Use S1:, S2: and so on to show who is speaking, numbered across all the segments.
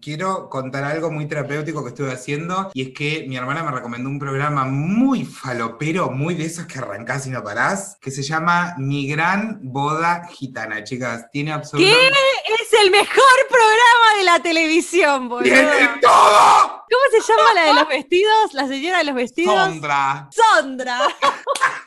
S1: Quiero contar algo muy terapéutico que estuve haciendo y es que mi hermana me recomendó un programa muy falopero, muy de esos que arrancás y no parás, que se llama Mi Gran Boda Gitana, chicas. Tiene absolutamente...
S2: ¿Qué? Es el mejor programa de la televisión, boludo.
S1: ¡Tiene todo!
S2: ¿Cómo se llama la de los vestidos? La señora de los vestidos.
S1: Sondra.
S2: Sondra.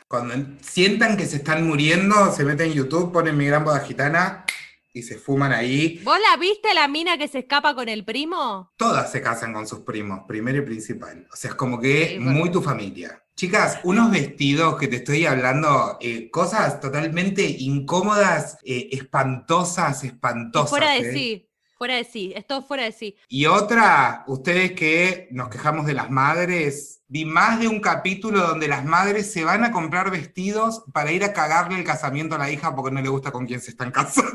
S1: Cuando sientan que se están muriendo, se meten en YouTube, ponen Mi Gran Boda Gitana y se fuman ahí.
S2: ¿Vos la viste la mina que se escapa con el primo?
S1: Todas se casan con sus primos, primero y principal. O sea, es como que muy tu familia. Chicas, unos vestidos que te estoy hablando, eh, cosas totalmente incómodas, eh, espantosas, espantosas.
S2: Fuera de
S1: eh.
S2: sí, fuera de sí, esto fuera de sí.
S1: Y otra, ustedes que nos quejamos de las madres, vi más de un capítulo donde las madres se van a comprar vestidos para ir a cagarle el casamiento a la hija porque no le gusta con quién se están casando.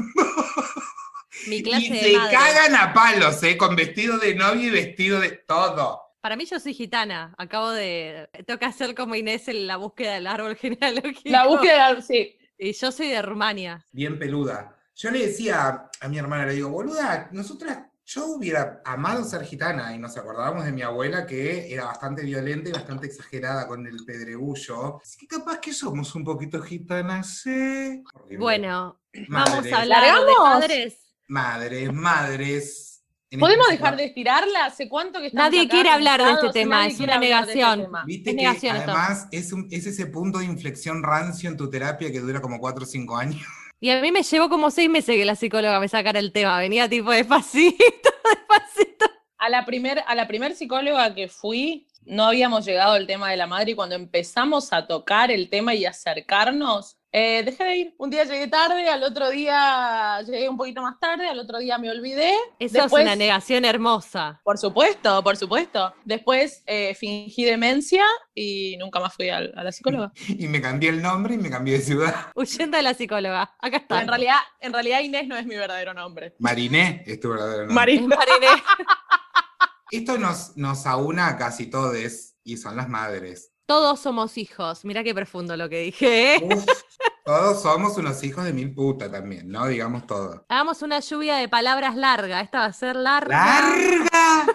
S2: Mi clase
S1: Y
S2: de
S1: se
S2: madre.
S1: cagan a palos, ¿eh? Con vestido de novia y vestido de todo.
S2: Para mí yo soy gitana. Acabo de... Tengo que hacer como Inés en la búsqueda del árbol genealógico.
S3: La búsqueda, del- sí.
S2: Y yo soy de Rumania.
S1: Bien peluda. Yo le decía a mi hermana, le digo, boluda, nosotras, yo hubiera amado ser gitana y nos acordábamos de mi abuela que era bastante violenta y bastante exagerada con el pedregullo. Así que capaz que somos un poquito gitanas, ¿eh? Horrible.
S2: Bueno, vamos
S1: Madres,
S2: a hablar de
S3: ¿Largamos?
S2: padres.
S1: Madres, madres. En este
S3: ¿Podemos
S1: momento-
S3: dejar de estirarla? ¿Hace cuánto que estamos
S2: Nadie
S3: acá
S2: quiere hablar de este
S3: sentados?
S2: tema,
S3: Nadie
S2: es
S3: quiere
S2: una
S3: hablar de este
S2: negación.
S3: tema.
S1: Viste
S2: Es
S1: que
S2: negación esto.
S1: además es, un- es ese punto de inflexión rancio en tu terapia que dura como 4 o 5 años.
S2: Y a mí me llevó como seis meses que la psicóloga me sacara el tema. Venía tipo despacito, despacito.
S3: A la primer, a la primer psicóloga que fui, no habíamos llegado al tema de la madre y cuando empezamos a tocar el tema y acercarnos, eh, dejé de ir. Un día llegué tarde, al otro día llegué un poquito más tarde, al otro día me olvidé.
S2: Eso
S3: Después-
S2: es una negación hermosa.
S3: Por supuesto, por supuesto. Después eh, fingí demencia y nunca más fui al- a la psicóloga.
S1: Y me cambié el nombre y me cambié de ciudad.
S2: Huyendo de la psicóloga. Acá está.
S3: En realidad, en realidad Inés no es mi verdadero nombre.
S1: Mariné es tu verdadero nombre.
S3: Mari-
S2: Es Mariné.
S1: Esto nos, nos aúna a casi todos y son las madres.
S2: Todos somos hijos. Mirá qué profundo lo que dije. ¿eh?
S1: Uf, todos somos unos hijos de mil puta también, ¿no? Digamos todo.
S2: Hagamos una lluvia de palabras larga. Esta va a ser larga.
S1: ¡Larga!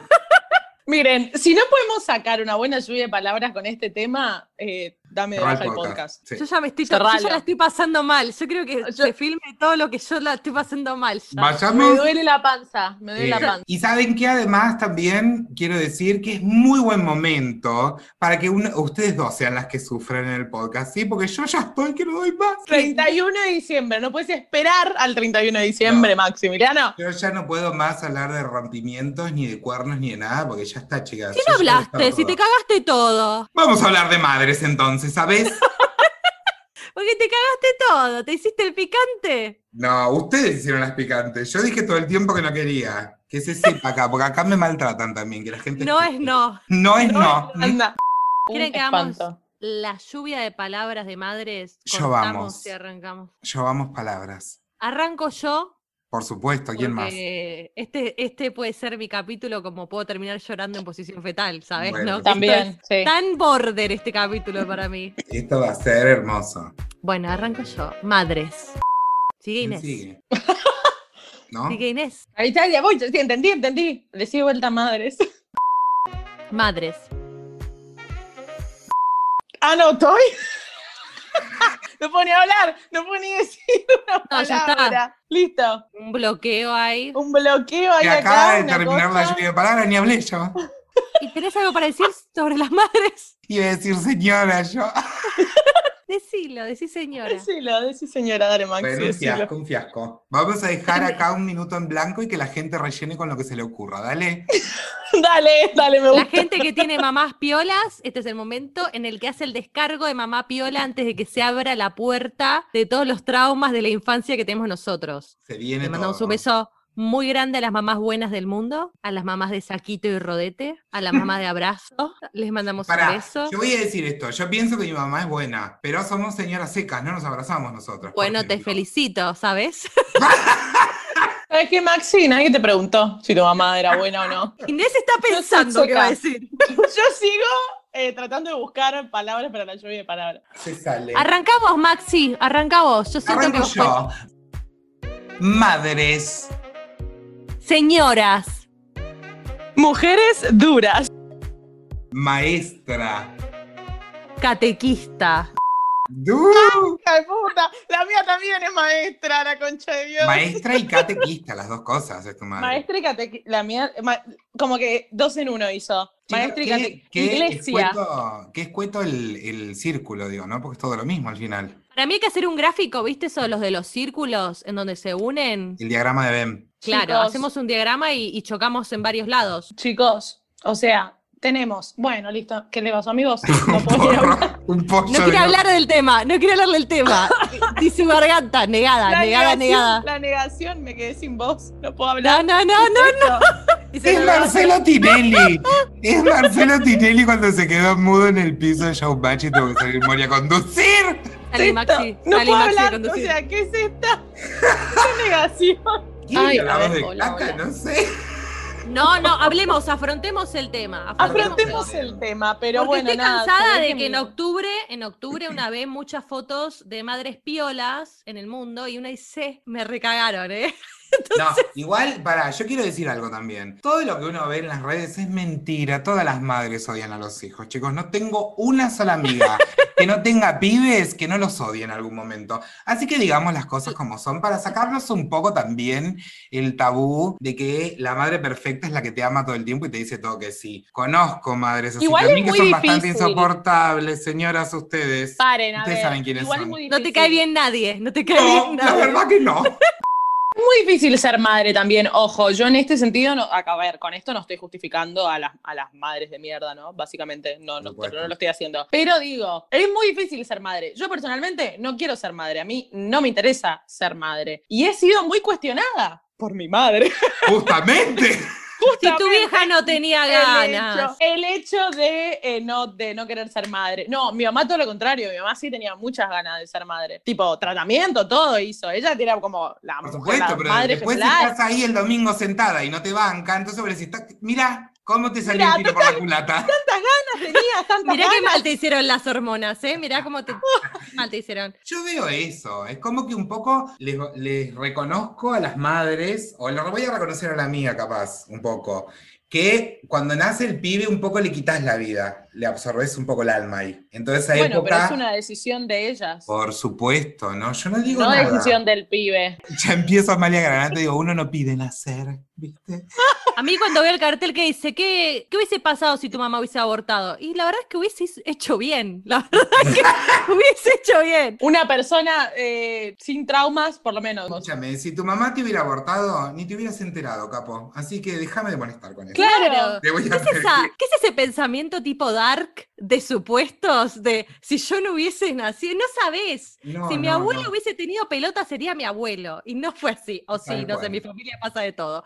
S3: Miren, si no podemos sacar una buena lluvia de palabras con este tema, eh, dame de
S1: Cerrá
S3: baja el podcast.
S1: Sí.
S2: Yo ya me estoy, yo
S3: Cerralo.
S2: ya la estoy pasando mal. Yo creo que
S3: Yo-
S2: se filme todo lo que yo la estoy pasando mal. ya.
S3: Me
S1: Vayamos.
S3: duele la panza, me duele
S1: eh,
S3: la panza.
S1: y saben que además también quiero decir que es muy buen momento para que una- ustedes dos sean las que sufran en el podcast, ¿sí? Porque yo ya estoy que no doy más.
S3: 31 de diciembre, no puedes esperar al 31 de diciembre, Maximiliano.
S1: Yo ya no puedo más hablar de rompimientos, ni de cuernos, ni de nada, porque ya está, chicas.
S2: ¿Qué
S1: yo
S2: no
S1: ya he gastado
S2: hablaste? Si
S1: todo.
S2: te cagaste todo.
S1: Vamos a hablar de madres entonces, ¿sabes?
S2: Porque te cagaste todo. ¿Te hiciste el picante?
S1: No, ustedes hicieron las picantes. Yo dije todo el tiempo que no quería. Que se sepa acá, porque acá me maltratan también, que la gente...
S2: No es
S1: escuche.
S2: no.
S1: No es no.
S3: Anda.
S2: ¿Quieren
S3: Un
S2: que hagamos-
S3: espanto.
S2: La lluvia de palabras de madres.
S1: Yo
S2: cortamos
S1: vamos.
S2: y arrancamos.
S1: Llevamos palabras.
S2: Arranco yo
S1: Por supuesto, ¿quién más?
S2: Porque Este, este puede ser mi capítulo como puedo terminar llorando en posición fetal, ¿sabes?
S1: Bueno,
S2: ¿No? Que esto
S3: También, sí.
S2: es Tan border este capítulo para mí.
S1: Esto va a ser hermoso.
S2: Bueno, arranco yo. Madres. Sigue
S1: ¿Quién
S2: Inés. Sigue,
S1: sigue? ¿No?
S2: Inés.
S3: Ahí está, ya voy, ya- sí, entendí, entendí. Decí vuelta madres.
S2: Madres.
S3: Ah, no, estoy. No puedo ni hablar, no puedo ni decir una
S2: No, ya está.
S3: palabra. Listo.
S2: Un bloqueo ahí.
S3: Un bloqueo ahí
S1: Que
S3: acá.
S1: acaba de
S3: una
S1: terminar la
S3: cosa.
S1: lluvia de palabras, ni hablé yo.
S2: ¿Y tenés algo para decir sobre las madres?
S1: Iba a decir señora yo.
S2: Decilo, decí señora.
S3: Decilo, decí señora, dale, Maxi.
S1: Bueno, un
S3: decilo.
S1: fiasco, un fiasco. Vamos a dejar acá un minuto en blanco y que la gente rellene con lo que se le ocurra, dale.
S3: Dale, dale, me
S2: La
S3: gusta.
S2: gente que tiene mamás piolas, este es el momento en el que hace el descargo de mamá piola antes de que se abra la puerta de todos los traumas de la infancia que tenemos nosotros.
S1: Se viene
S2: Le mandamos
S1: todo.
S2: un beso muy grande a las mamás buenas del mundo, a las mamás de saquito y rodete, a las mamás de abrazo. Les mandamos
S1: Pará,
S2: un beso.
S1: yo voy a decir esto, yo pienso que mi mamá es buena, pero somos señoras secas, no nos abrazamos nosotros. por
S2: Bueno, te
S1: ejemplo.
S2: felicito, ¿sabes?
S3: ¿Sabes qué, Maxi? Nadie te preguntó si tu mamá era buena o no.
S2: Inés está
S3: soy
S2: pensando qué va a
S3: soca.
S2: decir.
S3: Yo sigo eh, tratando de buscar palabras para la lluvia de palabras.
S1: Se sale.
S2: Arrancamos, Maxi, arrancamos. Yo siento
S1: Arranco
S2: que fue-
S1: yo. Madres,
S2: Señoras,
S3: Mujeres duras.
S1: Maestra.
S2: Catequista.
S1: Du.
S3: ¡Hija de puta! La mía también es maestra, la concha de Dios.
S1: Maestra y catequista, las dos cosas, es tu madre.
S3: Maestra y catequista. La mía, ma- como que dos en uno hizo.
S1: Chicos,
S3: Maestra y
S1: qué-
S3: catequista.
S1: qué
S3: Iglesia.
S1: escueto- qué escueto el, el círculo, digo, ¿no? Porque es todo lo mismo al final.
S2: Para mí hay que hacer un gráfico, ¿viste eso? Los de los círculos en donde se unen.
S1: El diagrama de Ben.
S2: Claro,
S3: Chicos.
S2: hacemos un diagrama y, y chocamos en varios lados.
S3: Chicos, o sea, tenemos. Bueno, listo. ¿Qué le pasó, amigos? No
S1: Un
S3: puedo ir a hablar.
S1: porro, un pollo.
S2: No
S1: de
S2: quiere
S1: lo-
S2: hablar del tema, no quiere hablar del tema. Dice su garganta, negada, negada, negada.
S3: la negación, me quedé sin voz. No puedo
S2: No,
S3: hablar.
S2: no, no, no.
S3: Esto.
S2: Y se
S1: Es
S2: me va.
S1: Marcelo Tinelli. Es Marcelo Tinelli cuando se quedó mudo en el piso de Showmatch y tuvo que salir Mori a conducir.
S2: Dale, Maxi,
S3: No
S2: dale,
S3: puedo
S2: Maxi,
S3: hablar. O
S2: conducir.
S3: sea, ¿qué es esta? Esta negación.
S1: ¿Quién
S3: Ay,
S1: era la
S3: a
S1: voz
S3: ver,
S1: de
S3: hola,
S1: Cata?
S3: hola.
S1: No sé.
S2: No, no, hablemos, afrontemos el tema.
S3: Afrontemos
S1: tema.
S3: el tema, pero
S2: Porque
S3: bueno,
S2: estoy
S3: nada,
S2: cansada
S3: se
S2: de
S3: dejen-
S2: que en octubre, en octubre una vez muchas fotos de madres piolas en el mundo y una dice, me recagaron, ¿eh?
S1: No, igual, pará, yo quiero decir algo también. Todo lo que uno ve en las redes es mentira. Todas las madres odian a los hijos, chicos. No tengo una sola amiga que no tenga pibes que no los odie en algún momento. Así que digamos las cosas como son para sacarnos un poco también el tabú de que la madre perfecta es la que te ama todo el tiempo y te dice todo que sí. Conozco madres así
S3: Igual es
S1: también que
S3: muy
S1: son bastante
S3: difícil.
S1: insoportables, señoras, ustedes.
S3: Paren, a
S1: Ustedes
S3: ver.
S1: saben quiénes
S3: igual es
S1: son.
S3: muy
S2: No te
S3: difícil.
S2: cae bien nadie, no te cae
S1: No,
S2: bien
S1: la
S2: nadie.
S1: verdad que no.
S3: Es muy difícil ser madre también, ojo, yo en este sentido, no, acá, a ver, con esto no estoy justificando a las, a las madres de mierda, ¿no? Básicamente, no, no,
S1: supuesto.
S3: no lo estoy haciendo. Pero digo, es muy difícil ser madre. Yo personalmente no quiero ser madre, a mí no me interesa ser madre. Y he sido muy cuestionada por mi madre.
S1: Justamente.
S2: Si tu vieja no tenía
S3: El hecho,
S2: ganas.
S3: el hecho de, eh, no, de no querer ser madre. No, mi mamá todo lo contrario, mi mamá sí tenía muchas ganas de ser madre. Tipo, tratamiento, todo hizo. Ella era como la,
S1: Por
S3: mujer,
S1: supuesto,
S3: la
S1: pero
S3: madre Ah,
S1: después
S3: ejemplar.
S1: estás ahí el domingo sentada y no te banca, entonces sobre si estás, mira cómo te salió
S3: Mirá,
S1: el tiro por la culata.
S3: tenías tantas
S2: Mirá qué
S3: ganas.
S2: mal te hicieron las hormonas, ¿eh? Mirá cómo te, mal te hicieron.
S1: Yo veo eso, es como que un poco les, les reconozco a las madres, o lo voy a reconocer a la mía capaz, un poco, que cuando nace el pibe un poco le quitas la vida, le absorbes un poco el alma ahí. Entonces a
S3: Bueno, pero
S1: época,
S3: es una decisión de ellas.
S1: por supuesto, ¿no? Yo no digo
S3: No
S1: nada.
S3: decisión del pibe.
S1: Ya empiezo a Amalia Granate, digo, uno no pide nacer, ¿viste?
S2: A mí cuando veo el cartel que dice, ¿qué, ¿qué hubiese pasado si tu mamá hubiese abortado? Y la verdad es que hubiese hecho bien, la verdad que hubiese hecho bien.
S3: Una persona eh, sin traumas, por lo menos.
S1: Escúchame, si tu mamá te hubiera abortado, ni te hubieras enterado, capo. Así que déjame de molestar con eso.
S3: Claro.
S1: Te voy a
S2: ¿Qué es,
S1: pedir-
S2: esa- qué es ese pensamiento tipo dark de supuestos? De si yo no hubiese nacido, no sabes.
S1: No,
S2: si mi
S1: no,
S2: abuelo
S1: no.
S2: hubiese tenido pelota, sería mi abuelo. Y no fue así. O sí,
S1: Tal
S2: no sé,
S1: cual.
S2: mi familia pasa de todo.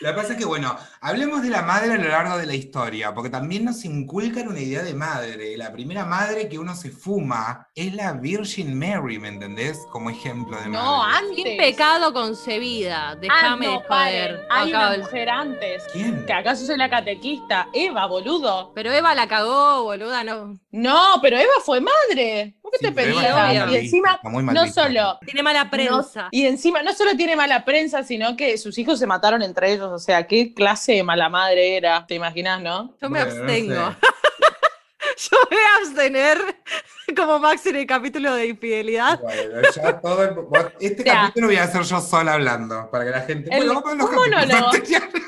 S1: Lo que pasa es que, bueno, hablemos de la madre a lo largo de la historia, porque también nos inculcan una idea de madre. La primera madre que uno se fuma es la Virgin Mary, ¿me entendés? Como ejemplo de
S3: No,
S1: madre.
S3: antes.
S2: Sin pecado concebida.
S3: Ah,
S2: Déjame
S3: no,
S2: de
S3: paren.
S2: joder.
S3: Hay una
S2: Acabo-
S3: mujer antes.
S1: ¿Quién?
S3: Que acaso soy la catequista. Eva, boludo.
S2: Pero Eva la cagó, boluda, no.
S3: No, pero Eva fue madre. ¿Por qué
S1: Sí,
S3: te
S1: pero Eva
S3: pedías?
S1: está muy mal
S3: Y
S1: vista,
S3: encima,
S1: está muy mal
S3: no
S1: vista.
S3: solo.
S2: Tiene mala prensa.
S3: no- y encima, no solo tiene mala prensa, sino que sus hijos se mataron entre ellos. O sea, qué clase de mala madre era. ¿Te imaginas, no?
S2: Yo me
S1: Bueno, no
S2: abstengo.
S1: sé.
S2: Yo me voy a abstener como Max en el capítulo de infidelidad.
S1: Bueno, ya todo el- vos- este
S3: ¿ah? O sea,
S1: capítulo voy a hacer yo sola hablando, para que la gente...
S3: el-
S1: Bueno, vamos a ver los
S3: un
S1: capítulos
S3: monólogo.
S1: anteriores.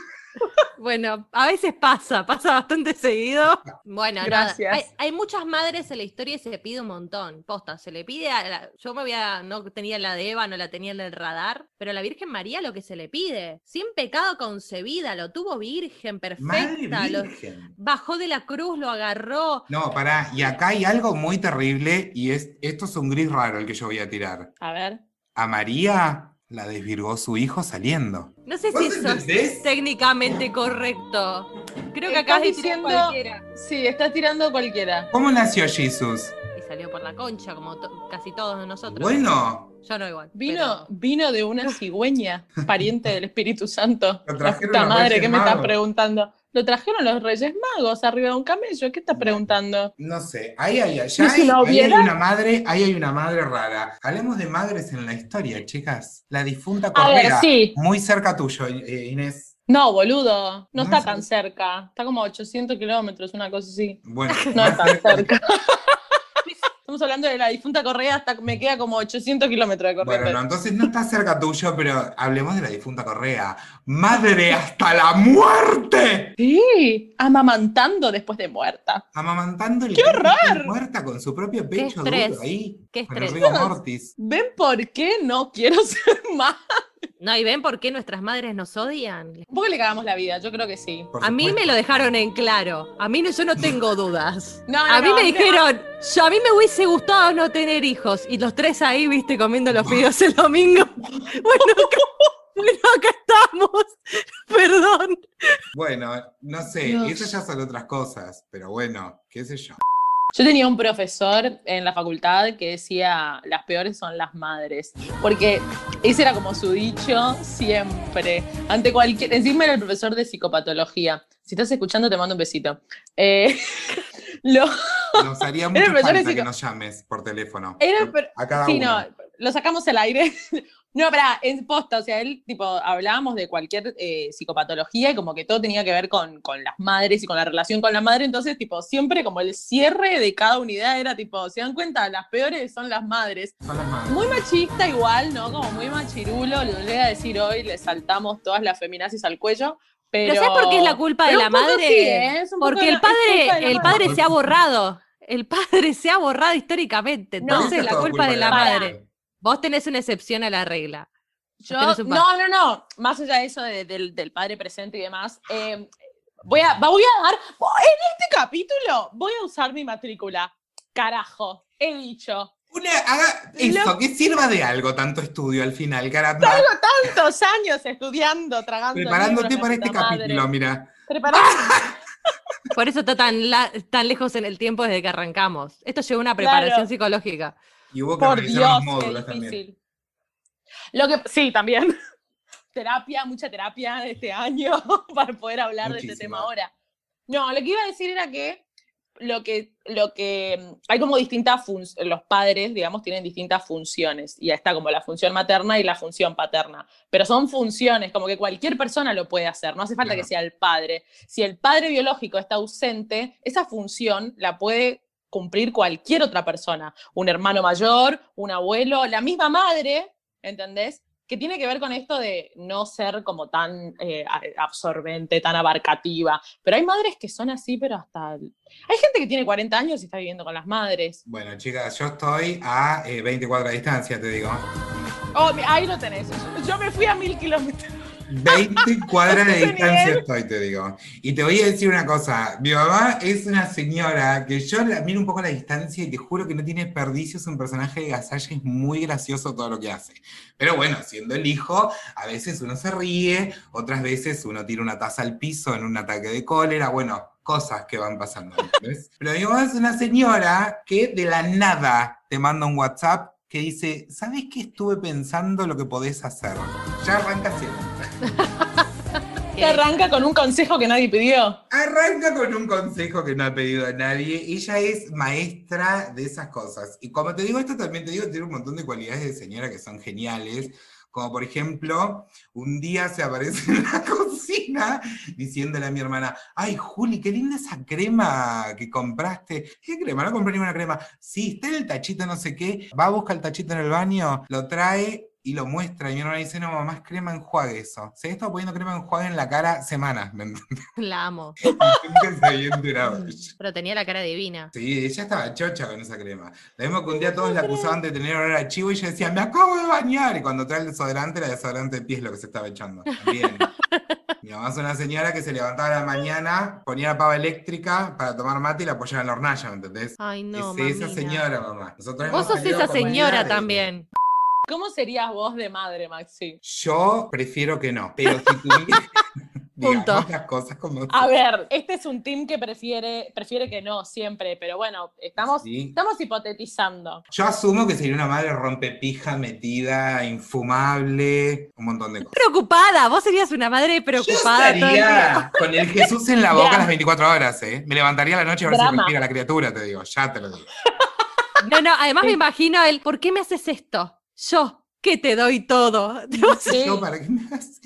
S2: Bueno, a veces pasa, pasa bastante seguido. Bueno, nada.
S3: Gracias.
S2: Hay, hay muchas madres en la historia y se le pide un montón. Posta, se le pide a la- yo me había, no tenía la de Eva, no la tenía en el radar, pero a la Virgen María lo que se le pide, sin pecado concebida, lo tuvo virgen,
S1: Madre
S2: perfecta, lo-
S1: Virgen.
S2: bajó de la cruz, lo agarró.
S1: No, pará, y acá hay algo muy terrible y es, esto es un gris raro el que yo voy a tirar.
S3: A ver.
S1: A María la desvirgó su hijo saliendo.
S2: No sé
S1: ¿Vos
S2: si eso
S1: entendés?
S2: es técnicamente correcto. Creo que
S3: Estás
S2: acabas de tirar
S3: diciendo-
S2: cualquiera.
S3: Sí, estás tirando cualquiera.
S1: ¿Cómo nació Jesús?
S2: Y salió por la concha, como to- casi todos de nosotros.
S1: Bueno,
S2: Yo no igual.
S3: Vino,
S2: pero-
S3: vino de una cigüeña, pariente del Espíritu Santo.
S1: Lo
S3: La
S1: trajeron
S3: puta
S1: los
S3: madre,
S1: Reyes
S3: ¿qué me estás
S1: Magos.
S3: preguntando? Lo trajeron los Reyes Magos arriba de un camello, ¿qué estás preguntando?
S1: no sé, ahí, hay, allá
S3: ¿Es
S1: hay, ahí
S3: una
S1: hay
S3: obviedad?
S1: una madre, ahí hay una madre rara. Hablemos de madres en la historia, chicas. La difunta
S3: A ver,
S1: Correa,
S3: sí.
S1: muy cerca tuyo, I- eh, Inés.
S3: No, boludo,
S1: No,
S3: no está
S1: es-
S3: tan cerca. Está como a 800 kilómetros, una cosa así.
S1: Bueno,
S3: No
S1: más
S3: está
S1: cerca-
S3: cerca. Estamos hablando de la difunta Correa, hasta me queda como 800 kilómetros de Correa.
S1: Bueno, no, entonces no está cerca tuyo, pero hablemos de la difunta Correa. ¡Madre hasta la muerte!
S3: Sí, amamantando después de muerta.
S1: Amamantando el
S3: ¡Qué
S1: gato que está
S3: horror!
S1: muerta con su propio pecho
S2: estrés!
S1: duro ahí.
S2: Qué
S1: Con el
S2: estrés.
S1: rigor mortis.
S3: ¿Ven por qué no quiero ser más?
S2: No, y ven por qué nuestras madres nos odian.
S3: Un poco le cagamos la vida, yo creo que sí.
S1: por
S2: A mí me
S1: supuesto.
S2: lo dejaron en claro. A mí no, yo no tengo dudas.
S3: No,
S2: A
S3: no,
S2: mí
S3: no,
S2: me
S3: no.
S2: dijeron, yo a mí me hubiese gustado no tener hijos. Y los tres ahí, viste, comiendo los fideos el domingo. Bueno, acá, bueno, acá estamos. Perdón.
S1: Bueno, no sé,
S3: Dios.
S1: esas ya son otras cosas, pero bueno, qué sé yo.
S3: Yo tenía un profesor en la facultad que decía, las peores son las madres, porque ese era como su dicho siempre, ante cualquier, encima era el profesor de psicopatología. Si estás escuchando, te mando un besito. Eh, lo,
S1: Nos haría mucha
S3: Era el profesor de
S1: falta que
S3: psico-
S1: nos llames por teléfono.
S3: Era el per-
S1: A cada
S3: sí,
S1: uno.
S3: no, lo sacamos al aire. No, pará, en posta, o sea, él, tipo, hablábamos de cualquier eh, psicopatología y como que todo tenía que ver con, con las madres y con la relación con la madre, entonces, tipo, siempre como el cierre de cada unidad era, tipo, ¿se dan cuenta? Las peores son las madres.
S1: Son las madres.
S3: Muy machista igual, ¿no? Como muy machirulo, lo voy a decir hoy, le saltamos todas las feminazis al cuello, pero...
S2: Pero, ¿sabes por qué es la culpa de
S3: pero
S2: la
S3: un poco
S2: madre?
S3: sí, ¿eh? Es un poco
S2: Porque el
S3: la- es culpa de la
S2: padre, el
S3: madre.
S2: padre se ha borrado. El padre se ha borrado históricamente.
S3: No,
S1: Esa
S2: Entonces
S1: es
S2: la
S1: toda
S2: culpa de la
S3: madre.
S2: madre. Vos tenés una excepción a la regla.
S3: Yo,
S2: Tenés un pa-
S3: no, no, no. Más allá de eso de- del, del padre presente y demás, eh, voy, a, va- voy a dar. En este capítulo voy a usar mi matrícula. Carajo, he dicho.
S1: Una, haga eso, que sirva de algo tanto estudio al final, caramba.
S3: Tantos años estudiando, tragando.
S1: Preparándote
S3: libros,
S1: para
S3: la
S1: este
S3: puta madre.
S1: capítulo, Ah, mira.
S3: Preparándote.
S2: Por eso está tan, la- tan lejos en el tiempo desde que arrancamos. Esto lleva una preparación
S3: Claro.
S2: psicológica.
S1: Y hubo que
S3: Por
S1: revisar los
S3: Dios,
S1: módulos
S3: qué
S1: también.
S3: difícil. Lo que, sí, también. Terapia, mucha terapia este año para poder hablar de este
S1: Muchísima.
S3: tema ahora. No, lo que iba a decir era que lo que, lo que mm, hay como distintas funciones, los padres, digamos, tienen distintas funciones, y está como la función materna y la función paterna, pero son funciones, como que cualquier persona lo puede hacer, no hace falta
S1: Claro.
S3: que sea el padre. Si el padre biológico está ausente, esa función la puede cumplir cualquier otra persona, un hermano mayor, un abuelo, la misma madre, ¿entendés? Que tiene que ver con esto de no ser como tan eh, a- absorbente, tan abarcativa. Pero hay madres que son así, pero hasta... Hay gente que tiene 40 años y está viviendo con las madres.
S1: Bueno, chicas, yo estoy a eh, 24 de distancia, te digo.
S3: Oh, mi- ahí lo tenés. Yo- Yo me fui a mil kilómetros.
S1: 20 cuadras de
S3: Ese
S1: distancia
S3: nivel.
S1: estoy, te digo. Y te voy a decir una cosa. Mi mamá es una señora que yo la, miro un poco a la distancia y te juro que no tiene desperdicios. Un personaje de Gasalla es muy gracioso todo lo que hace. Pero bueno, siendo el hijo, a veces uno se ríe, otras veces uno tira una taza al piso en un ataque de cólera. Bueno, cosas que van pasando. ¿entendés? Pero mi mamá es una señora que de la nada te manda un WhatsApp que dice, ¿sabes qué estuve pensando lo que podés hacer? Ya arranca siempre.
S3: Que arranca con un consejo que nadie pidió.
S1: Arranca con un consejo que no ha pedido a nadie. Ella es maestra de esas cosas. Y como te digo esto, también te digo, tiene un montón de cualidades de señora que son geniales. Como por ejemplo, un día se aparece en la cocina diciéndole a mi hermana, ay Juli, qué linda esa crema que compraste. ¿Qué crema? No compré ninguna crema. Sí, está en el tachito, no sé qué. Va, busca el tachito en el baño, lo trae y lo muestra. Y mi hermana dice, no, mamá, es crema enjuague eso. Se ha estado poniendo crema enjuague en la cara semanas, ¿me entendés?
S2: La amo.
S1: Nunca se había enterado.
S2: Pero tenía la cara divina.
S1: Sí, ella estaba chocha con esa crema. Lo mismo que un día todos la acusaban de tener olor a chivo y ella decía, me acabo de bañar. Y cuando trae el desodorante, era desodorante de pies lo que se estaba echando. También. Mi mamá es una señora que se levantaba a la mañana, ponía la pava eléctrica para tomar mate y la apoyaba en la hornalla, ¿me entendés?
S2: Ay, no,
S1: es esa
S2: mamina.
S1: señora, mamá. Nosotros
S2: Vos
S1: hemos
S2: sos
S1: salido
S2: esa
S1: con
S2: señora
S1: variedades.
S2: también.
S3: ¿Cómo serías vos de madre, Maxi?
S1: Yo prefiero que no, pero si tuviera... digamos
S2: Punto.
S1: las cosas como...
S3: A ver, este es un team que prefiere, prefiere que no siempre, pero bueno, estamos,
S1: Sí.
S3: estamos hipotetizando.
S1: Yo asumo que sería una madre rompepija, metida, infumable, un montón de cosas.
S2: Preocupada. Vos serías una madre preocupada.
S1: Yo
S2: todo el día.
S1: estaría con el Jesús en la boca
S3: Ya.
S1: a las 24 horas, ¿eh? Me levantaría a la noche a ver si
S3: Drama.
S1: respira la criatura, te digo, ya te lo digo.
S2: No, no, además me
S3: Sí.
S2: imagino el, ¿por qué me haces esto? Yo, que te doy todo.
S3: Sí.
S1: Yo, ¿para qué me haces?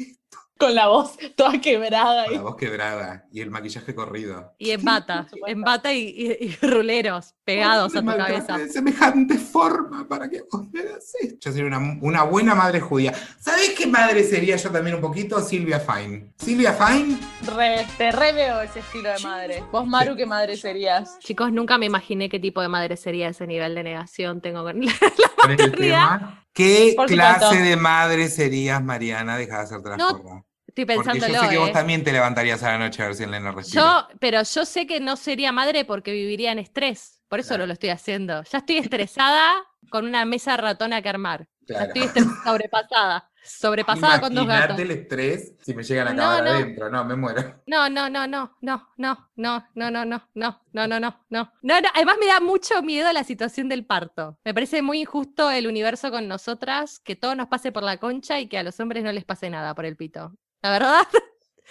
S3: Con la voz toda quebrada.
S1: Con
S3: ahí.
S1: la voz quebrada y el maquillaje corrido.
S2: Y en bata,
S3: supuesto.
S2: en bata y, y- y ruleros pegados a tu
S1: Madre,
S2: cabeza.
S1: De semejante forma, ¿para que vos me hagas esto? Yo sería una, una buena madre judía. ¿Sabés qué madre sería yo también un poquito? Silvia Fine. Silvia Fine,
S3: Re- te re veo ese estilo de madre. Vos, Maru, ¿qué madre serías?
S2: Chicos, nunca me imaginé qué tipo de madre sería ese nivel de negación tengo con
S1: con el tema. ¿Qué
S3: Por
S1: clase
S3: supuesto.
S1: de madre serías, Mariana? Deja de hacer transforma.
S2: Estoy
S1: Porque yo
S2: pensándolo,
S1: sé que vos
S2: ¿eh?
S1: también te levantarías a la noche a ver si Elena respira.
S2: Yo, pero yo sé que no sería madre porque viviría en estrés. Por eso
S1: Claro.
S2: no lo estoy haciendo. Ya estoy estresada con una mesa ratona que armar. Ya
S1: Claro.
S2: estoy estres- sobrepasada. Sobrepasada con dos gatos.
S1: Imagínate el estrés si me llegan a
S2: No,
S1: acabar
S2: no.
S1: adentro. No, me muero.
S2: No, no, no, no, no, no, no, no, no, no, no, no, no, no, no, no, no. Además me da mucho miedo la situación del parto. Me parece muy injusto el universo con nosotras, que todo nos pase por la concha y que a los hombres no les pase nada por el pito. La verdad,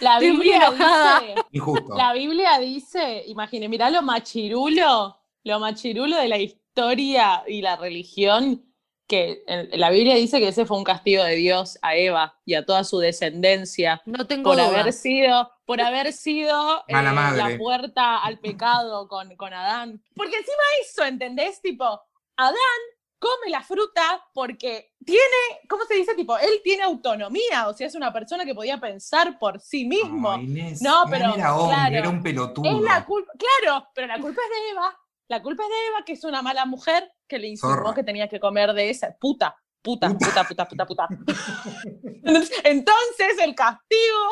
S3: La
S2: Estoy muy
S3: Biblia
S2: enojada.
S3: dice.
S1: Injusto.
S3: La Biblia dice, imagine, mirá lo machirulo, lo machirulo de la historia y la religión, que en- la Biblia dice que ese fue un castigo de Dios a Eva y a toda su descendencia
S2: no tengo
S3: por
S2: duda.
S3: haber sido, por haber sido eh,
S1: Mala madre.
S3: la puerta al pecado con, con Adán. Porque encima eso, ¿entendés? Tipo, Adán come la fruta porque tiene, ¿cómo se dice? Tipo, él tiene autonomía, o sea, es una persona que podía pensar por sí mismo.
S1: No, Inés,
S3: No,
S1: Inés
S3: pero,
S1: Era hombre,
S3: claro.
S1: era un pelotudo.
S3: Es la culpa, claro, pero la culpa es de Eva. La culpa es de Eva, que es una mala mujer que le insinuó
S1: Zorra.
S3: que tenía que comer de esa. Puta, puta, puta, puta, puta, puta. Entonces el castigo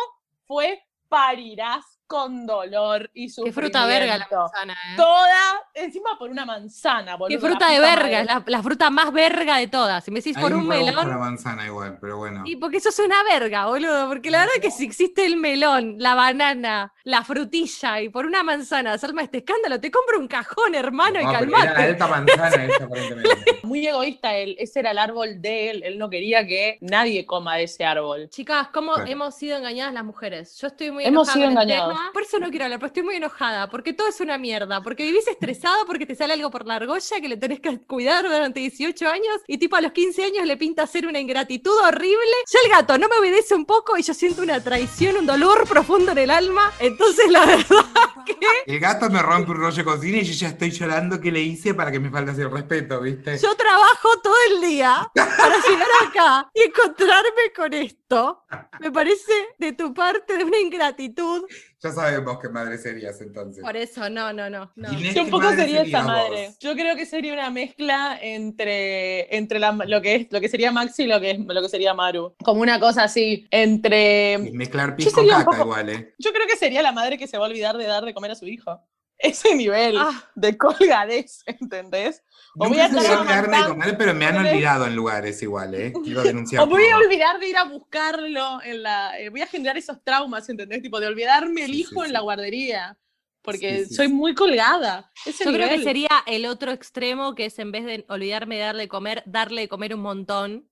S3: fue parirás con dolor y
S2: Qué
S3: sufrimiento.
S2: fruta verga la manzana, ¿eh?
S3: Toda, encima por una manzana, boludo.
S2: Qué
S3: la
S2: fruta de
S3: puta
S2: verga, es
S3: madre.
S2: la, la fruta más verga de todas. Si me decís
S1: Hay
S2: por un
S1: huevo
S2: melón,
S1: Por la manzana igual, pero bueno.
S2: y porque eso es una verga, boludo. Porque la verdad que si existe el melón, la banana, la frutilla y por una manzana se arma este escándalo, te compro un cajón,
S1: No,
S2: hermano, y
S1: pero era
S2: calmate.
S1: alta manzana esa, aparentemente.
S3: Muy egoísta él, ese era el árbol de él, él no quería que nadie coma de ese árbol.
S2: Chicas, ¿cómo
S1: Claro.
S2: hemos sido engañadas las mujeres? Yo estoy muy
S3: Hemos
S2: enojada.
S3: sido
S2: con el
S3: engañadas.
S2: tema. Por eso no quiero hablar, pero estoy muy enojada, porque todo es una mierda, porque vivís estresado, porque te sale algo por la argolla que le tenés que cuidar durante 18 años y tipo a los 15 años le pinta hacer una ingratitud horrible. Ya el gato no me obedece un poco y yo siento una traición, un dolor profundo en el alma. Entonces la verdad que...
S1: El gato me rompe un rollo de cocina y yo ya estoy llorando que le hice para que me faltase el respeto, ¿viste?
S2: Yo trabajo todo el día para llegar acá y encontrarme con esto. Me parece de tu parte de una ingratitud.
S1: Ya sabemos qué madre serías entonces.
S2: Por eso, no, no, no. no.
S1: Inés,
S3: Yo
S1: ¿qué
S3: un poco sería
S1: serías
S3: esa
S1: vos?
S3: madre. Yo creo que sería una mezcla entre, entre la- lo, que es, lo que sería Maxi y lo que, es, lo que sería Maru. Como una cosa así,
S1: Y
S3: entre...
S1: mezclar
S3: Yo
S1: pis con
S3: sería un
S1: caca
S3: poco-
S1: igual, ¿eh?
S3: Yo creo que sería la madre que se va a olvidar de dar de comer a su hijo. Ese nivel
S2: Ah,
S3: de colgadez, ¿entendés? O voy
S1: Nunca
S3: a
S1: se me
S3: traer
S1: va a
S3: una
S1: quedarme de
S3: manzana.
S1: comer, pero me han
S3: ¿Entendés?
S1: olvidado en lugares igual, ¿eh? Quiero denunciar.
S3: O voy a
S1: todo.
S3: olvidar de ir a buscarlo en la... eh, voy a generar esos traumas, ¿entendés? Tipo, de olvidarme el
S1: Sí, sí,
S3: hijo
S1: sí.
S3: en la guardería. Porque
S1: Sí, sí,
S3: soy
S1: sí.
S3: muy colgada. Ese
S2: yo creo que
S3: nivel.
S2: sería el otro extremo que es en vez de olvidarme de darle de comer, darle de comer un montón.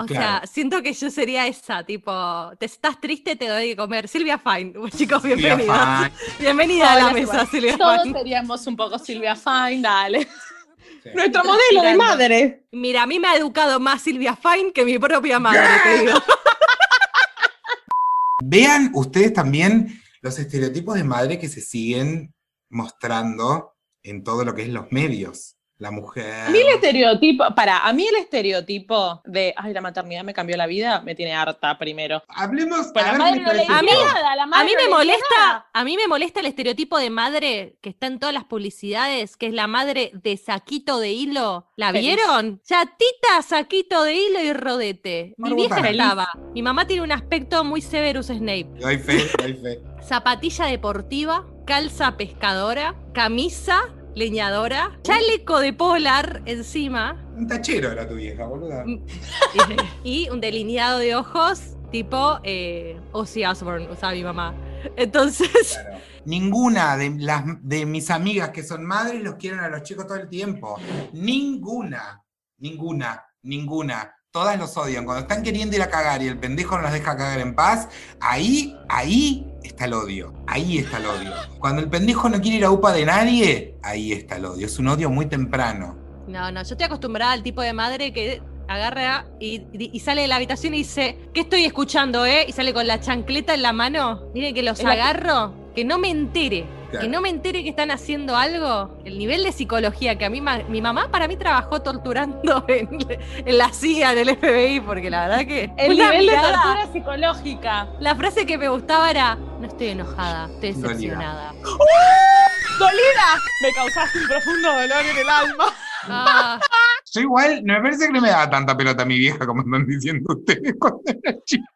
S2: O
S1: Claro.
S2: sea, siento que yo sería esa, tipo, te estás triste, te doy de comer. Silvia Fine, chicos,
S1: Silvia
S2: bienvenida.
S1: Fine,
S2: Bienvenida a la
S3: Hola,
S2: mesa, Silvia
S3: Todos
S2: Fine.
S3: seríamos un poco Silvia Fine, dale.
S1: sí.
S3: Nuestro modelo de
S2: Tirando.
S3: madre.
S2: Mira, a mí me ha educado más Silvia Fine que mi propia madre, te digo.
S1: Vean ustedes también los estereotipos de madre que se siguen mostrando en todo lo que es los medios. La mujer.
S3: A mí el estereotipo, para, a mí el estereotipo de, ay, la maternidad me cambió la vida, me tiene harta primero.
S1: Hablemos.
S3: Pero
S1: a
S3: la
S1: ver,
S3: madre
S1: me
S3: no le
S1: parece
S2: A mí-
S1: que-
S3: nada, la madre
S2: A mí
S3: no
S2: me
S3: le-
S2: molesta, a mí me molesta el estereotipo de madre que está en todas las publicidades, que es la madre de saquito de hilo. ¿La
S3: Feliz.
S2: vieron? Chatita, saquito de hilo y rodete. Mi
S1: Margot
S2: vieja
S1: Feliz.
S2: estaba. Mi mamá tiene un aspecto muy Severus Snape.
S1: Doy fe, doy fe.
S2: Zapatilla deportiva, calza pescadora, camisa leñadora, chaleco de polar encima
S1: Un tachero era tu vieja, boluda.
S2: Mm. y un delineado de ojos tipo eh, Ozzy Osbourne, usaba mi mamá. Entonces...
S1: Claro. Ninguna de, las, de mis amigas que son madres los quieren a los chicos todo el tiempo. Ninguna, ninguna, ninguna. Todas los odian. Cuando están queriendo ir a cagar y el pendejo no las deja cagar en paz, ahí, ahí está el odio. Ahí está el odio. Cuando el pendejo no quiere ir a UPA de nadie, ahí está el odio. Es un odio muy temprano.
S2: No, no, yo estoy acostumbrada al tipo de madre que agarra y, y sale de la habitación y dice, ¿qué estoy escuchando, eh? Y sale con la chancleta en la mano. Miren que los
S3: Es la-
S2: agarro, que no me entere.
S1: Claro.
S2: Que no me entere que están haciendo algo. El nivel de psicología que a mí, ma- mi mamá para mí trabajó torturando en, en la CIA, en el FBI, porque la verdad que...
S3: El
S2: una
S3: nivel de
S2: mirada-
S3: tortura psicológica.
S2: La frase que me gustaba era, no estoy enojada, estoy
S1: Dolida.
S2: decepcionada.
S3: ¡Dolida! Me causaste un profundo dolor en el alma.
S2: Ah,
S1: Yo igual, no me parece que no me daba tanta pelota a mi vieja como están diciendo ustedes cuando era chico.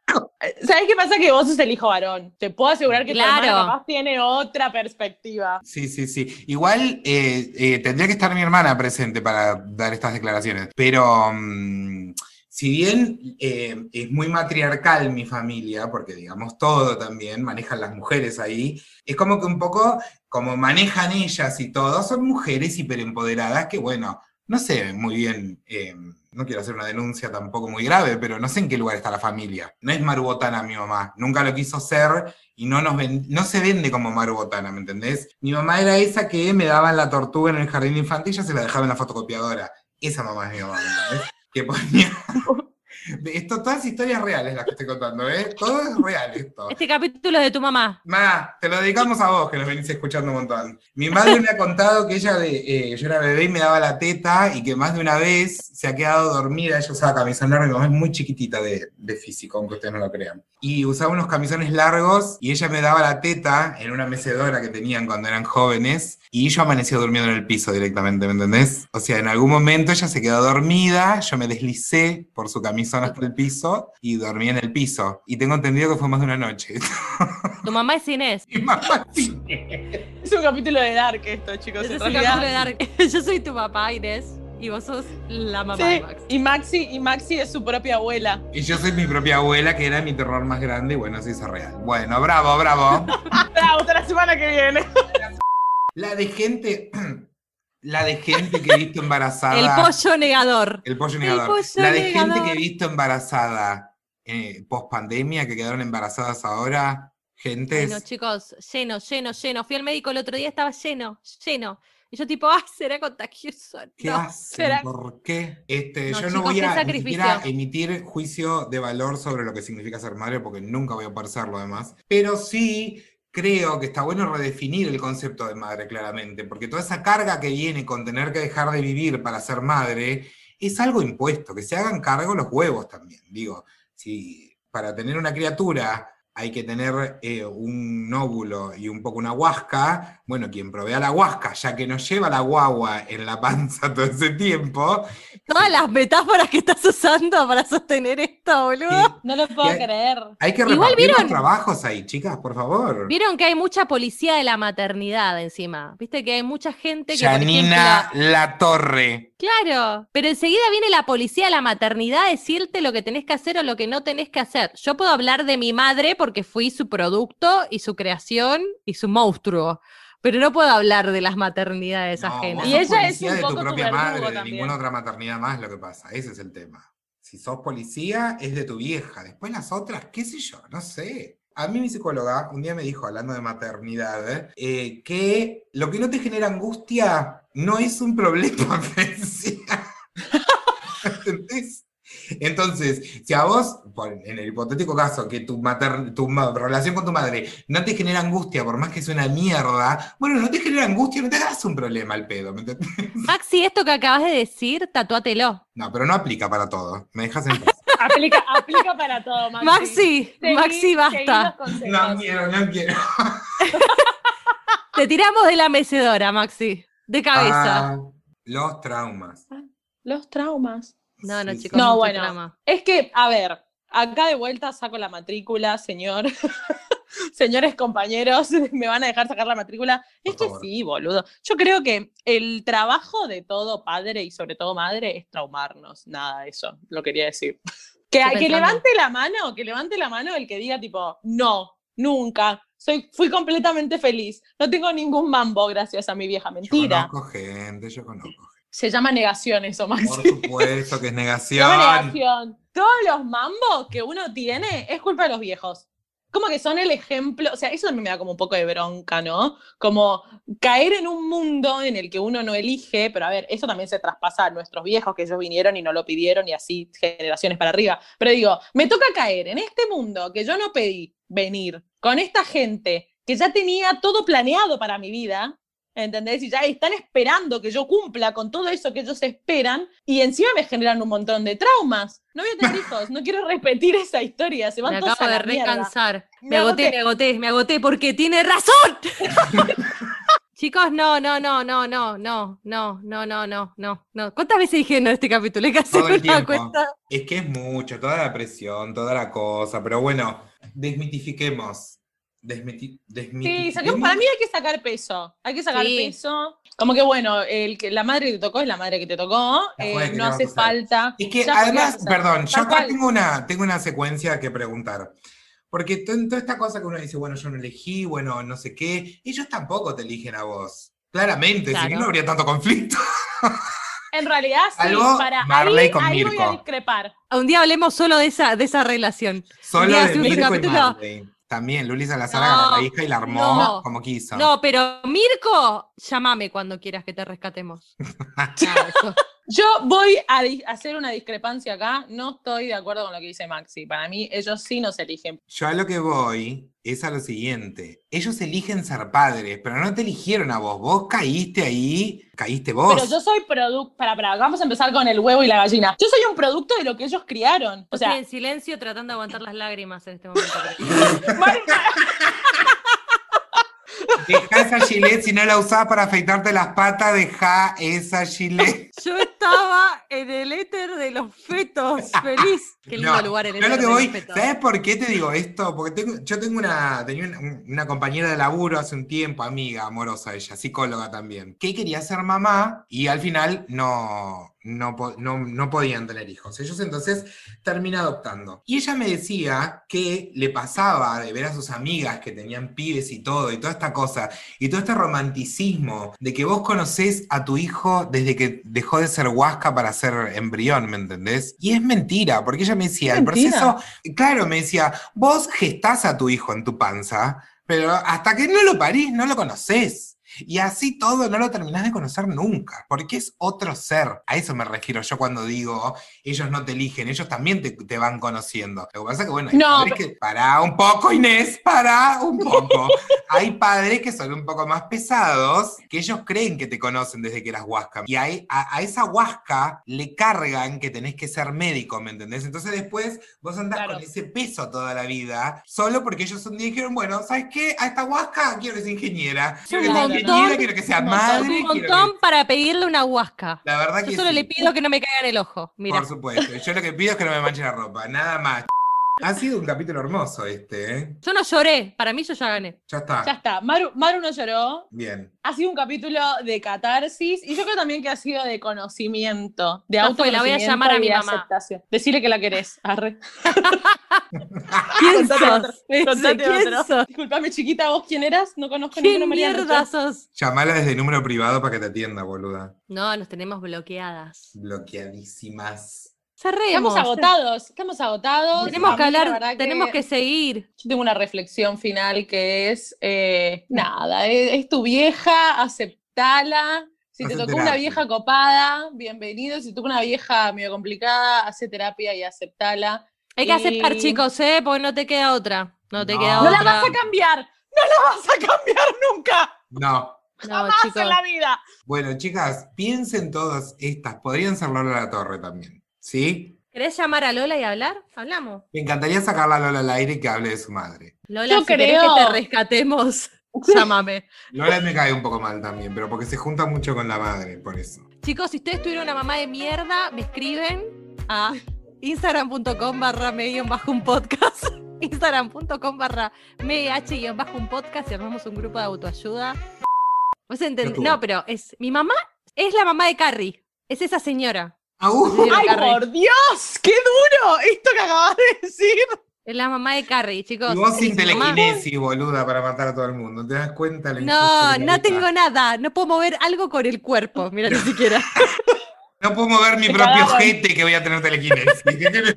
S3: ¿Sabes Eh, qué pasa? Que vos sos el hijo varón. Te puedo asegurar que
S2: Claro.
S3: tu hermana capaz tiene otra perspectiva.
S1: Sí, sí, sí. Igual eh, eh, tendría que estar mi hermana presente para dar estas declaraciones. Pero mm, si bien eh, es muy matriarcal mi familia, porque digamos todo también, manejan las mujeres ahí, es como que un poco como manejan ellas y todo, son mujeres hiperempoderadas que bueno, no sé muy bien, eh, no quiero hacer una denuncia tampoco muy grave, pero no sé en qué lugar está la familia. No es Marubotana mi mamá, nunca lo quiso ser y no, nos ven- no se vende como Marubotana, ¿me entendés? Mi mamá era esa que me daban la tortuga en el jardín infantil y ya se la dejaba en la fotocopiadora. Esa mamá es mi mamá, ¿me entendés? Que ponía... Esto, todas historias reales las que estoy contando, ¿eh? Todo es real esto.
S2: este capítulo es de tu mamá.
S1: Ma, te lo dedicamos a vos, que nos venís escuchando un montón. Mi madre me ha contado que ella, de, eh, yo era bebé y me daba la teta y que más de una vez se ha quedado dormida. Ella usaba camisón largo, mi mamá es muy chiquitita de, de físico, aunque ustedes no lo crean. Y usaba unos camisones largos y ella me daba la teta en una mecedora que tenían cuando eran jóvenes y yo amanecía durmiendo en el piso directamente, ¿me entendés? O sea, en algún momento ella se quedó dormida, yo me deslicé por su camisón hasta el piso y dormí en el piso. Y tengo entendido que fue más de una noche.
S2: Tu mamá es Inés.
S1: Y mamá sí.
S3: Es un capítulo de Dark esto, chicos.
S2: Ese
S3: en
S2: es el
S3: realidad.
S2: capítulo de Dark. Yo soy tu papá, Inés, y vos sos la mamá de
S3: Sí,
S2: Max.
S3: y Maxi, y Maxi es su propia abuela.
S1: Y yo soy mi propia abuela, que era mi terror más grande, y bueno, se hizo real. Bueno, bravo, bravo.
S3: Bravo, hasta la semana que viene.
S1: La de gente, la de gente que he visto embarazada.
S2: El pollo negador.
S1: El pollo negador.
S2: pollo
S1: la de gente
S2: negador.
S1: que he visto embarazada post pandemia, que quedaron embarazadas ahora. Gente,
S2: Bueno, chicos, lleno, lleno, lleno. Fui al médico el otro día, estaba lleno, lleno. Y yo tipo, ah, será contagioso.
S1: ¿qué
S2: No.
S1: hacen?
S3: será-
S1: ¿Por qué? Este,
S2: No,
S1: yo no
S2: chicos,
S1: voy
S2: qué
S1: a ni
S2: sacrificio.
S1: siquiera emitir juicio de valor sobre lo que significa ser madre, porque nunca voy a poder serlo además. Pero sí creo que está bueno redefinir el concepto de madre, claramente, porque toda esa carga que viene con tener que dejar de vivir para ser madre es algo impuesto, que se hagan cargo los huevos también. Digo, si para tener una criatura hay que tener eh, un óvulo y un poco una huasca, bueno, quien provea la huasca, ya que nos lleva la guagua en la panza todo ese tiempo,
S2: Todas las metáforas que estás usando para sostener esto, boludo.
S1: que
S3: No lo puedo
S1: Y-
S3: creer.
S1: hay que
S2: Igual
S1: repartir los
S2: vieron-
S1: trabajos ahí, chicas, por favor.
S2: Vieron que hay mucha policía de la maternidad encima. Viste que hay mucha gente que. por
S1: Janina
S2: ejemplo-
S1: La Torre.
S2: Claro, pero enseguida viene la policía de la maternidad a decirte lo que tenés que hacer o lo que no tenés que hacer. Yo puedo hablar de mi madre porque fui su producto y su creación y su monstruo, pero no puedo hablar de las maternidades ajenas.
S3: Y
S2: Y
S3: ella es
S1: policía
S3: un
S1: de tu
S3: poco tu
S1: propia
S3: verdugo
S1: madre, de
S3: también.
S1: ninguna otra maternidad más lo que pasa. Ese es el tema. Si sos policía, es de tu vieja. Después las otras, qué sé yo, no sé. A mí mi psicóloga un día me dijo, hablando de maternidad, eh, que lo que no te genera angustia no es un problema. me decía. ¿Entendés? Entonces, si a vos, por- en el hipotético caso, que tu, mater- tu ma- relación con tu madre no te genera angustia, por más que es una mierda, bueno, no te genera angustia, no te hagas un problema al pedo. ¿me entendés?
S2: Maxi, esto que acabas de decir, tatuátelo.
S1: No, pero no aplica para todo. Me dejas en paz.
S3: Aplica, aplica para todo, Maxi.
S2: Maxi,
S3: Seguí-
S2: Maxi,
S3: seguí
S2: basta.
S3: los consejos.
S1: No quiero, no quiero.
S2: Te tiramos de la mecedora, Maxi, de cabeza.
S1: Ah, los traumas.
S3: Los traumas.
S2: no, no,
S1: Sí, sí.
S2: chicos,
S3: No,
S2: mucho
S3: bueno.
S2: drama.
S3: Es que, a ver, acá de vuelta saco la matrícula, señor. Señores compañeros, me van a dejar sacar la matrícula.
S1: Por
S3: Es que
S1: favor.
S3: sí, boludo. Yo creo que el trabajo de todo padre y sobre todo madre es traumarnos. Nada, eso, lo quería decir. Que,
S2: Estoy
S3: que
S2: pensando.
S3: levante la mano, que levante la mano el que diga tipo, no, nunca, soy, fui completamente feliz, no tengo ningún mambo gracias a mi vieja
S1: Yo
S3: mentira.
S1: conozco gente, yo conozco gente.
S3: Se llama negación eso, Maxi.
S1: Por supuesto que es
S3: Qué
S1: negación.
S3: negación. Todos los mambos que uno tiene es culpa de los viejos. como que son el ejemplo, o sea, eso a mí me da como un poco de bronca, ¿no? Como caer en un mundo en el que uno no elige, pero a ver, eso también se traspasa a nuestros viejos, que ellos vinieron y no lo pidieron y así generaciones para arriba. Pero digo, me toca caer en este mundo que yo no pedí venir, con esta gente que ya tenía todo planeado para mi vida, ¿Entendés? Y ya están esperando que yo cumpla con todo eso que ellos esperan y encima me generan un montón de traumas. No voy a tener hijos, no quiero repetir esa historia. Se van
S2: Me
S3: todos
S2: acabo
S3: a la
S2: de
S3: mierda.
S2: recansar.
S3: Me
S2: Me, agoté, me agoté, me agoté porque tiene razón. Chicos, no, no, no, no, no, no, no, no, no, no, no, no. ¿Cuántas veces dije no este capítulo? Hay que hacer
S1: Todo el
S2: una
S1: tiempo.
S2: cuenta.
S1: Es que es mucho, toda la presión, toda la cosa, pero bueno, desmitifiquemos. Desmiti
S3: Sí,
S1: desmitifiquemos.
S3: saquemos- para mí hay que sacar peso. Hay que sacar
S2: Sí.
S3: peso. Como que bueno, el que, la madre que te tocó es la madre que te tocó.
S1: La
S3: eh,
S1: joda que le
S3: no
S1: vamos a
S3: hace
S1: usar.
S3: falta.
S1: Es que
S3: Ya, porque
S1: además,
S3: vas a usar.
S1: perdón, yo
S3: Tal
S1: acá
S3: cual.
S1: tengo una, tengo una secuencia que preguntar. Porque to- toda esta cosa que uno dice, bueno, yo no elegí, bueno, no sé qué, ellos tampoco te eligen a vos. Claramente, si
S2: Claro.
S1: no, no habría tanto conflicto.
S3: En realidad, sí,
S1: Salvo
S3: para
S1: Marley
S3: ahí,
S1: con
S3: ahí voy a
S1: Mirko.
S3: discrepar.
S2: Un día hablemos solo de esa, de esa relación.
S1: Solo
S2: Mira,
S1: de
S2: si un
S1: Mirko y
S2: capítulo-
S1: Marley. También, Luli Salazar
S2: No,
S1: agarró a la hija y la armó
S2: no,
S1: como quiso.
S2: No, pero Mirko, llámame cuando quieras que te rescatemos. Nada, eso.
S3: Yo voy a di- hacer una discrepancia acá. No estoy de acuerdo con lo que dice Maxi. Para mí, ellos sí nos eligen.
S1: Yo a lo que voy es a lo siguiente. Ellos eligen ser padres, pero no te eligieron a vos. Vos caíste ahí, caíste vos.
S3: Pero yo soy producto. Para, para, vamos a empezar con el huevo y la gallina. Yo soy un producto de lo que ellos criaron. O sea,
S2: Estoy en silencio tratando de aguantar las lágrimas en este momento.
S1: Deja esa gilet, si no la usás para afeitarte las patas, deja esa gilet.
S2: Yo estaba en el éter de los fetos, feliz. Qué lindo
S1: No,
S2: lugar el
S1: yo
S2: éter
S1: lo que
S2: de los
S1: voy,
S2: fetos.
S1: ¿sabes por qué te digo esto? Porque tengo- yo tengo una, tenía una, un- una compañera de laburo hace un tiempo, amiga, amorosa ella, psicóloga también, que quería ser mamá y al final no, no, po- no, no podían tener hijos. Ellos entonces terminan adoptando. Y ella me decía que le pasaba de ver a sus amigas que tenían pibes y todo, y toda esta cosa, y todo este romanticismo de que vos conocés a tu hijo desde que dejó de ser huasca para ser embrión, ¿me entendés? Y es mentira, porque ella me decía,
S3: Es
S1: el
S3: mentira.
S1: proceso, claro, me decía, vos gestás a tu hijo en tu panza, pero hasta que no lo parís, no lo conocés. Y así todo no lo terminás de conocer nunca, porque es otro ser. A eso me refiero yo cuando digo, ellos no te eligen, ellos también te, te van conociendo. Lo que pasa es que, bueno, hay
S3: No,
S1: padres que... Pará un poco, Inés, pará un poco. hay padres que son un poco más pesados, que ellos creen que te conocen desde que eras huasca. Y ahí- a, a esa huasca le cargan que tenés que ser médico, ¿me entendés? Entonces después vos andás
S3: Claro.
S1: con ese peso toda la vida, solo porque ellos un día dijeron, bueno, ¿sabes qué? A esta huasca quiero que sea ingeniera. Quiero que sea
S2: un
S1: ingeniera,
S2: montón,
S1: quiero que sea
S3: un montón,
S1: madre.
S2: un
S1: Ah, quiero que-
S2: montón para pedirle una huasca.
S1: La verdad que
S2: Yo solo
S1: sí.
S2: le pido que no me caiga en el ojo. Mira,
S1: Por supuesto. Yo lo que pido es que no me manche la ropa, nada más. Ha sido un capítulo hermoso este, ¿eh?
S2: yo no lloré. Para mí yo ya gané.
S1: Ya está.
S3: ya está. Maru, Maru no lloró.
S1: Bien.
S3: Ha sido un capítulo de catarsis y yo creo también que ha sido de conocimiento, de
S2: Ya fue,
S3: autoconocimiento
S2: la voy a llamar a
S3: y
S2: mi
S3: de
S2: mamá.
S3: aceptación. Decirle que la querés. Arre.
S2: ¿Quién
S3: Contate Ah, otro,
S2: sos? Ese,
S3: contate
S2: ¿Quién
S3: otro.
S2: sos?
S3: Disculpame, chiquita, ¿vos quién eras? No conozco
S2: ¿Quién
S3: Mariano,
S2: mierda
S3: che.
S2: sos?
S1: Llamala desde número privado para que te atienda, boluda.
S2: No, nos tenemos bloqueadas.
S1: Bloqueadísimas.
S2: Cerremos.
S3: Estamos agotados, estamos agotados. A
S2: Tenemos
S3: mí
S2: que
S3: la
S2: hablar,
S3: verdad
S2: tenemos que seguir.
S3: Yo tengo una reflexión final que es, eh, nada, es, es tu vieja, aceptala. Si te
S1: Hacé
S3: tocó una
S1: terapia.
S3: vieja copada, bienvenido. Si te tocó una vieja medio complicada, hace terapia y aceptala.
S2: Hay que
S3: Y-
S2: aceptar, chicos, ¿eh? Porque no te queda otra. No te
S1: No.
S2: queda
S3: ¡No
S2: otra.
S3: la vas a cambiar! ¡No la vas a cambiar nunca!
S1: No.
S2: No,
S3: ¡Más
S2: chicos.
S3: en la vida!
S1: Bueno, chicas, piensen todas estas. Podrían ser Lola la Torre también. ¿Sí?
S2: ¿Querés llamar a Lola y hablar? Hablamos.
S1: Me encantaría sacarla a Lola al aire y que hable de su madre.
S2: Lola,
S3: Yo
S2: si querés que
S3: creo-
S2: te rescatemos, llámame.
S1: Lola me cae un poco mal también, pero porque se junta mucho con la madre, por eso.
S2: Chicos, si ustedes tuvieron una mamá de mierda, me escriben a instagram.com barra medio bajo un podcast. Instagram.com barra mh guión bajo un podcast y armamos un grupo de autoayuda. ¿Vos entendés?
S1: Youtube.
S2: No, pero es mi mamá es la mamá de Carrie. Es esa señora.
S1: ¡Au!
S2: Mira,
S3: ¡Ay,
S2: Carrie.
S3: por Dios! ¡Qué duro! Esto que acabas de decir.
S2: Es la mamá de Carrie, chicos.
S1: Y vos
S2: Es
S1: sin
S2: mi mamá.
S1: telequinesis, boluda, para matar a todo el mundo. ¿Te das cuenta? la
S2: No,
S1: injusticia
S2: no
S1: que está?
S2: tengo nada. No puedo mover algo con el cuerpo. Mira, ni siquiera.
S1: No puedo mover mi
S3: Te
S1: propio
S3: cagaban.
S1: ojete que voy a tener telequinesis. ¿Qué querés?